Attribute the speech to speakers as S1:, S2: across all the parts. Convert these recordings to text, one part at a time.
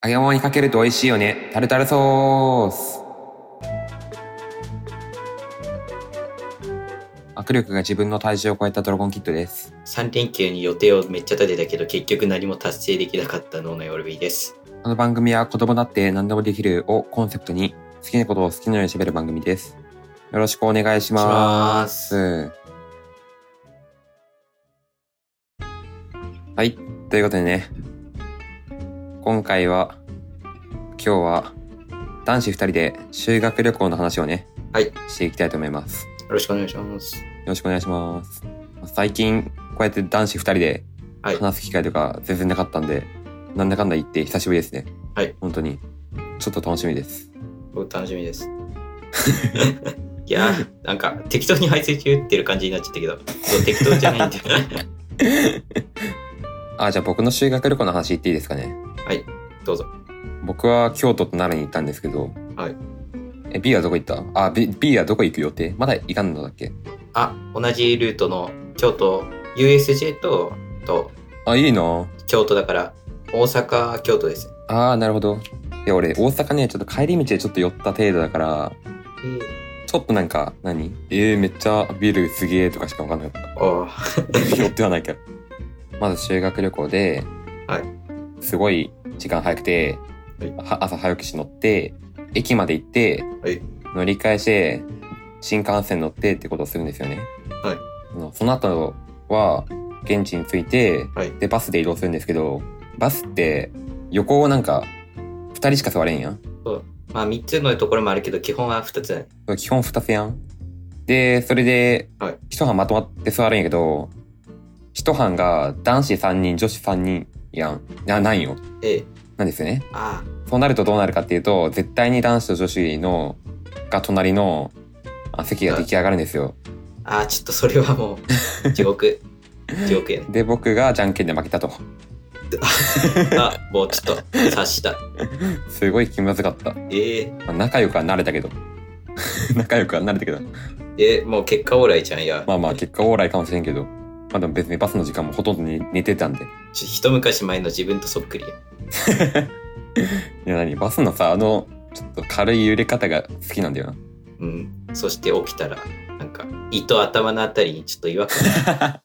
S1: 揚げ物にかけると美味しいよね。タルタルソース。握力が自分の体重を超えたドラゴンキットです。
S2: 3連休に予定をめっちゃ立てたけど結局何も達成できなかった脳の夜日です。
S1: この番組は子供だって何でもできるをコンセプトに好きなことを好きなように喋る番組です。よろしくお願いしま
S2: し
S1: す。はい。ということでね。今回は、今日は男子二人で修学旅行の話をね、
S2: はい
S1: していきたいと思います。よ
S2: よろしくお願いします。
S1: ろしくお願いします。最近、こうやって男子二人で
S2: はい
S1: 話す機会とか全然なかったんで、なんだかんだ言って久しぶりですね。
S2: はい。
S1: 本当に。ちょっと楽しみです。
S2: 僕楽しみです。 いやー、なんか適当に排水中打ってる感じになっちゃったけど、そう適当じゃないんで。
S1: あ、じゃあ僕の修学旅行の話言っていいですかね。
S2: どうぞ。
S1: 僕は京都と奈良に行ったんですけど、
S2: はい。
S1: え、B はどこ行ったあ、B, B はどこ行く予定まだ行かんのだっけ
S2: あ、同じルートの京都、USJ と、と
S1: あ、いいな
S2: 京都だから、大阪、京都です。
S1: あー、なるほど。いや、俺、大阪ね、ちょっと帰り道でちょっと寄った程度だから、
S2: えー
S1: ちょっとなんか、何えー、めっちゃビルすげーとかしかわかんなかっ
S2: おー
S1: た。寄ってはないけど。まず修学旅行で、
S2: はい
S1: すごい時間早くて、
S2: はい
S1: は朝早くし乗って、駅まで行って、
S2: はい
S1: 乗り換えして、新幹線乗ってってことをするんですよね。
S2: はい
S1: あのその後は、現地に着いて、
S2: はい
S1: で、バスで移動するんですけど、バスって、横をなんか、二人しか座れんやん。
S2: まあ3つのところもあるけど、基本は2つだね。
S1: 基本二つやん。で、それで
S2: はい、
S1: 一班まとまって座るんやけど、一班が男子3人、女子3人やん。な、ないよ。
S2: えー
S1: なんですよね。
S2: あ
S1: そうなるとどうなるかっていうと、絶対に男子と女子の、が隣のあ席が出来上がるんですよ。
S2: ーあー、ちょっとそれはもう、地獄。地獄やね。
S1: で、僕がじゃんけんで負けたと。
S2: あ、もうちょっと察した。
S1: すごい気まずかった。ま
S2: えー、
S1: あ仲良くは慣れたけど。 仲良くは慣れたけど。
S2: えー、もう結果オーライちゃんや。
S1: まあまあ結果オーライかもしれんけど。まあでも別にバスの時間もほとんどに寝てたんで。
S2: ちょ一昔前の自分とそっくりや。
S1: いや何バスのさあのちょっと軽い揺れ方が好きなんだよ
S2: うん。そして起きたら、なんか、胃と頭のあたりにちょっと違和感
S1: な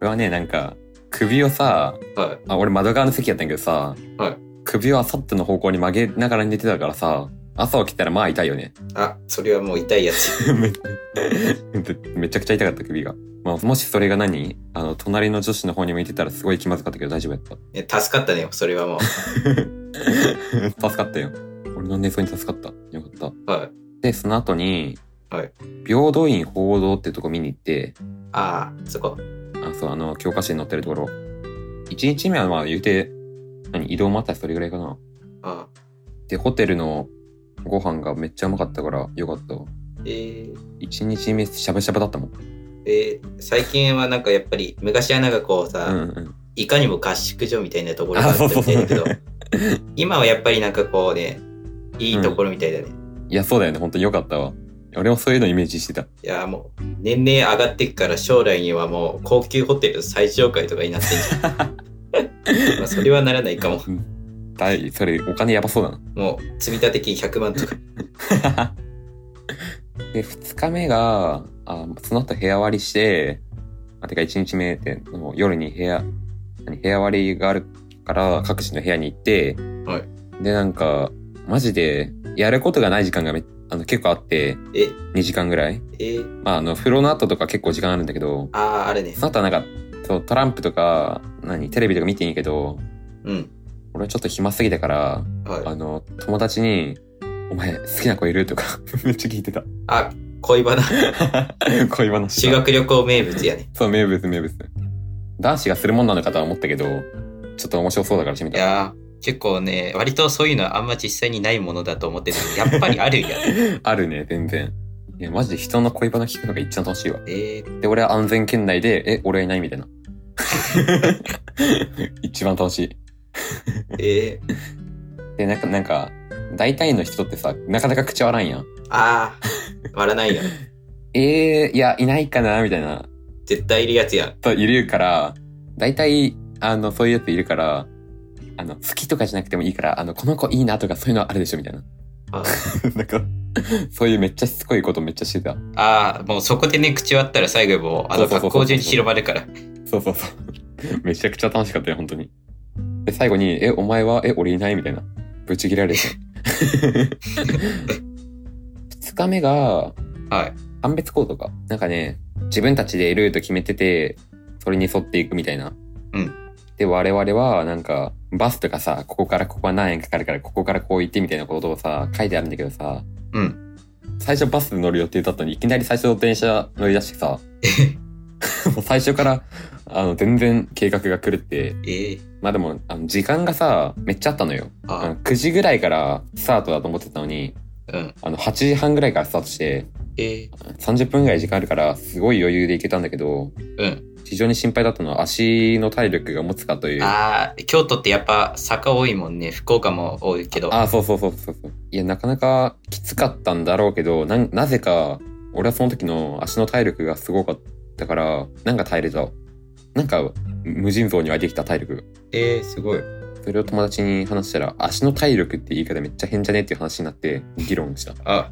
S1: 俺はねなんか首をさ
S2: が。はい。
S1: あ俺窓側の席やったんやけどさ、
S2: はい
S1: 首をあさっての方向に曲げながら寝てたからさ朝起きたらまあ痛いよ ね
S2: あ、それはもう痛いやつ。
S1: めめちゃくちゃ 痛かった首が、まあ、もしそれが何あの隣の女子の方に向いてたらすごい気まずかったけど大丈夫やった
S2: ね助かったね、それはも
S1: 助かったよ俺の寝相に助かったよかった
S2: う。はい。
S1: でその後に、
S2: はい
S1: 平等院報道ってとこ見に行って
S2: ああ、そこ。
S1: あ、そう、あの、教科書に載ってるところ。1日目はまあ言うて、何、移動もあったしそれぐらいかな。
S2: あ
S1: で、ホテルのご飯がめっちゃうまかったからよかったわ。
S2: えー、
S1: 1日目しゃぶしゃぶだったもん。
S2: えー最近はなんかやっぱり、昔はなんかこうさ、
S1: うんうん。
S2: いかにも合宿所みたいなところがあったみたいだけど
S1: あそうそう、
S2: 今はやっぱりなんかこうね、いいところみたいだね。
S1: いや、そうだよね。ほんとよかったわ。俺もそういうのイメージしてた。
S2: いやもう年々上がっていくから将来にはもう高級ホテル最上階とかになってん じゃんまあそれはならないかも
S1: だい、それお金やばそうだ
S2: もう積立金100万とか
S1: な。 で、2日目が、あその後部屋割りして、あ、てか1日目って、もう夜に部屋、何部屋割りがあるから各自の部屋に行って、
S2: は
S1: で、なんか、マジで、やることがない時間がめあの結構あって、
S2: え
S1: 2時間ぐらい。
S2: え
S1: まあ、あの、風呂の後とか結構時間あるんだけど、
S2: あああるね
S1: その後はなんか、そう、トランプとか、何、テレビとか見ていいけど、
S2: うん
S1: 俺はちょっと暇すぎたから、
S2: はい
S1: あの、友達に、お前、好きな子いるとか、 めっちゃ聞いてた。
S2: あ恋バナ
S1: 恋話
S2: 修
S1: とか。
S2: 学旅行名物やね
S1: そう、名物、名物。男子がするもんなのかとは思ったけど、ちょっと面白そうだからしてみ
S2: い
S1: た。
S2: やー結構ね割とそういうのはあんま実際にないものだと思ってたけどやっぱり あるんやね
S1: あるね、全然。いや、マジで人の恋バナ聞くのが一番楽しいわ。
S2: えー、
S1: で、俺は安全圏内で、え、俺はいないみたいな。 一番楽しい。
S2: えー、
S1: で、なんか、なんか、大体の人ってさ、なかなか口割らんやん。
S2: ああ割らないよね
S1: えー、いや、いないかなみたいな。
S2: 絶対いるやつやん
S1: と、いるから、大体、あの、そういうやついるから、あの、好きとかじゃなくてもいいから、あの、この子いいなとかそういうのあるでしょみたいな。
S2: あ
S1: なんか、そういうめっちゃしつこいことめっちゃしてた。
S2: ああ、もうそこでね、口割ったら最後もう、あ
S1: そうそ
S2: の
S1: うそうそう
S2: 学校中に広まるから。
S1: そうそうそう。 めちゃくちゃ楽しかったよ、本当に。で、最後に、え、お前は、え、俺いないみたいな。ぶち切られて。二日目が、
S2: はい。
S1: 判別行動か。なんかね、自分たちでルート決めてて、それに沿っていくみたいな。
S2: うん。
S1: で、我々は、なんか、バスとかさ、ここからここは何円かかるから、ここからこう行ってみたいなことをさ、書いてあるんだけどさ、
S2: うん。
S1: 最初バス乗る予定だったのに、いきなり最初の電車 乗り出してさ、もう最初から、あの、全然計画が狂って、
S2: ええ
S1: まあでも、あの時間がさ、めっちゃあったのよ。あの
S2: あ
S1: 9時ぐらいからスタートだと思ってたのに、
S2: うん。
S1: あの、8時半ぐらいからスタートして、
S2: ええ
S1: 30分ぐらい時間あるから、すごい余裕で行けたんだけど、
S2: うん。
S1: 非常に心配だったのは足の体力が持つかという。
S2: ああ、京都ってやっぱ坂多いもんね。福岡も多いけど。
S1: あーそうそうそうそうそう。いや、なかなかきつかったんだろうけど、なんなぜか、俺はその時の足の体力がすごかったから、なんか耐えれた。なんか、無尽蔵に湧いてきた体力が。
S2: ええすごい。
S1: それを友達に話したら、足の体力って言い方めっちゃ変じゃねっていう話になって、議論した。
S2: あ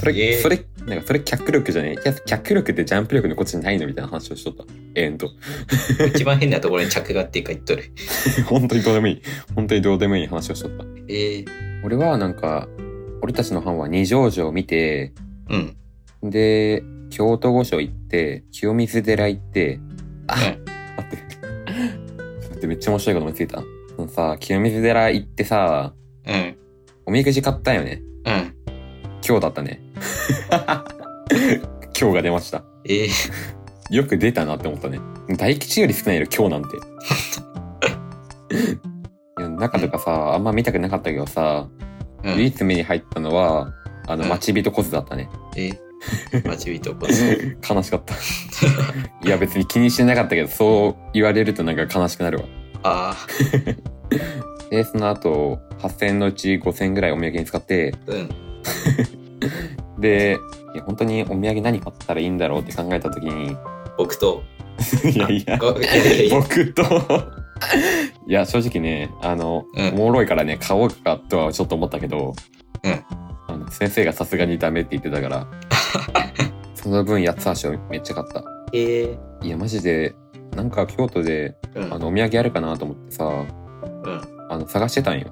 S1: それ、
S2: ええ
S1: それ、なんかそれ脚力じゃねえ。いや脚力ってジャンプ力のこっちにないのみたいな話をしとった。ええんと。
S2: 一番変なところに着眼っていうか言っとる。
S1: 本当にどうでもいい。本当にどうでもいい話をしとった。
S2: ええ
S1: 俺はなんか、俺たちの班は二条城を見て、
S2: うん。
S1: で、京都御所行って、清水寺行って、あ、
S2: うん
S1: 待って。待って、めっちゃ面白いこと思いついた。そのさ、清水寺行ってさ、
S2: うん。
S1: おみくじ買ったよね。
S2: うん。
S1: 今日だったね。 今日が出ました。
S2: ええ
S1: よく出たなって思ったね。大吉より少ないよ、今日なんて。 いや中とかさ、あんま見たくなかったけどさ、
S2: う
S1: 唯
S2: ん。
S1: 一目に入ったのは、あの、
S2: うん
S1: 待ち人コズだった ね。
S2: ええ待ち人こそ。
S1: 悲しかった。いや、別に気にしてなかったけど、そう言われるとなんか悲しくなるわ。
S2: ああ、
S1: で、その後、8000円のうち5000円ぐらいお土産に使って、
S2: うん。
S1: で、いや、本当にお土産何買ったらいいんだろうって考えた時に、
S2: 僕と。
S1: いやいや、
S2: ごいやいやいや
S1: 僕と、いや、正直ね、あの、
S2: うん
S1: おもろいからね、買おうかとはちょっと思ったけど、
S2: うん
S1: あの先生がさすがにダメって言ってた から、その分八つ足をめっちゃ買った。
S2: ええ
S1: いや、マジで、なんか京都で、
S2: うん。
S1: あの、お土産あるかなと思ってさ、
S2: うん。
S1: あの、探してたんよ。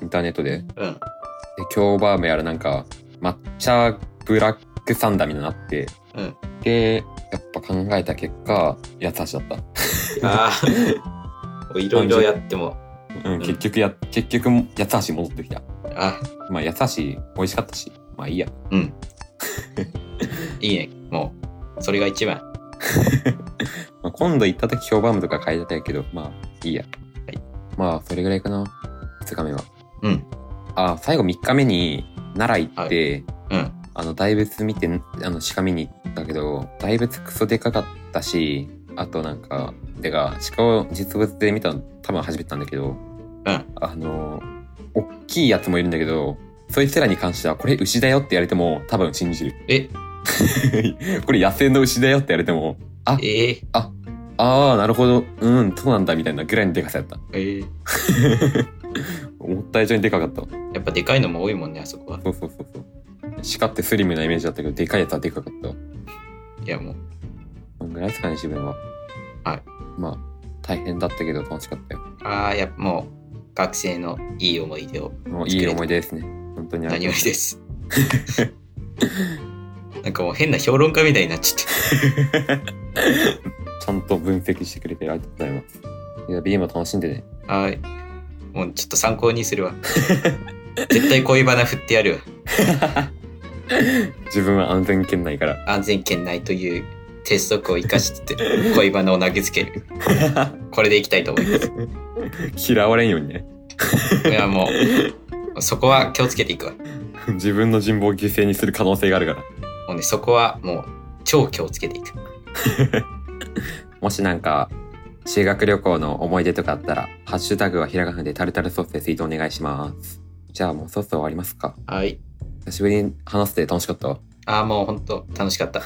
S1: インターネットで。で、
S2: うん。
S1: 京バームやらなんか、抹茶ブラックサンダーみたいなのあって、
S2: うん
S1: で、やっぱ考えた結果、八つ橋だっ
S2: ああ、いろいろやっても。
S1: た。うん、結局や、結局、八つ橋戻ってきた。
S2: あ
S1: まあ、八つ橋美味しかったし、まあいいや。
S2: うん。いいね。もう、それが一番。
S1: まあ、今度行った時、京バームとか買いたいけど、まあ、いいや。
S2: はい。
S1: まあ、それぐらいかな。二日目は。
S2: うん。
S1: あ、最後三日目に、奈良行って、
S2: うん。
S1: あの大仏見てあの鹿見に行ったけど大仏クソでかかったしあとなんかてか鹿を実物で見たの多分初めてなんだけど、あの大きいやつもいるんだけどそいつらに関してはこれ牛だよって言われても多分信じる
S2: え、
S1: これ野生の牛だよって言われても
S2: ええ
S1: ああなるほどうんそうなんだみたいなぐらいのでかさやった
S2: ええ
S1: 思った以上にでかかった
S2: やっぱでかいのも多いもんね、あそこは。
S1: そうそうそうそう鹿ってスリムなイメージだったけどでかいやつはでかかったわ
S2: いや、もう、
S1: こんぐらいですかね、自分は。
S2: はい。
S1: まあ、大変だったけど楽しかったよ。
S2: ああ、やっぱもう、学生のいい思い出を、
S1: もういい思い出ですね。本当にあ。
S2: 何よりですす。 なんかもう変な評論家みたいになっちゃっ
S1: ちゃんと分析してくれてありがとうございます。いや、B も楽しんでね。
S2: た。はい。もうちょっと参考にする わ。絶対恋バナ振ってやるわ。
S1: 自分は安全圏内から。
S2: 安全圏内という鉄則を生かして恋バナを投げつける。これでいきたいと思います。
S1: 嫌われんようにね。
S2: これはも う、そこは気をつけていくわ。
S1: 自分の人望を犠牲にする可能性があるから。
S2: もうね、そこはもう、超気をつけていく。
S1: もしなんか、修学旅行の思い出とかあったら、ハッシュタグはひらがなでタルタルソースでツイートお願いします。じゃあもうそろそろ終わりますか。
S2: はい。
S1: 久しぶりに話して楽しかったわ。
S2: ああ、もう本当楽しかった。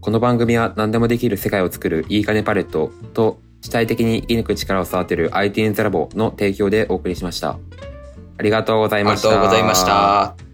S1: この番組は何でもできる世界を作るいいかねパレットと主体的に生き抜く力を育てる ITNS ラボの提供でお送りしました。ありがとうござい
S2: あり
S1: ま
S2: が
S1: した。
S2: とうございました。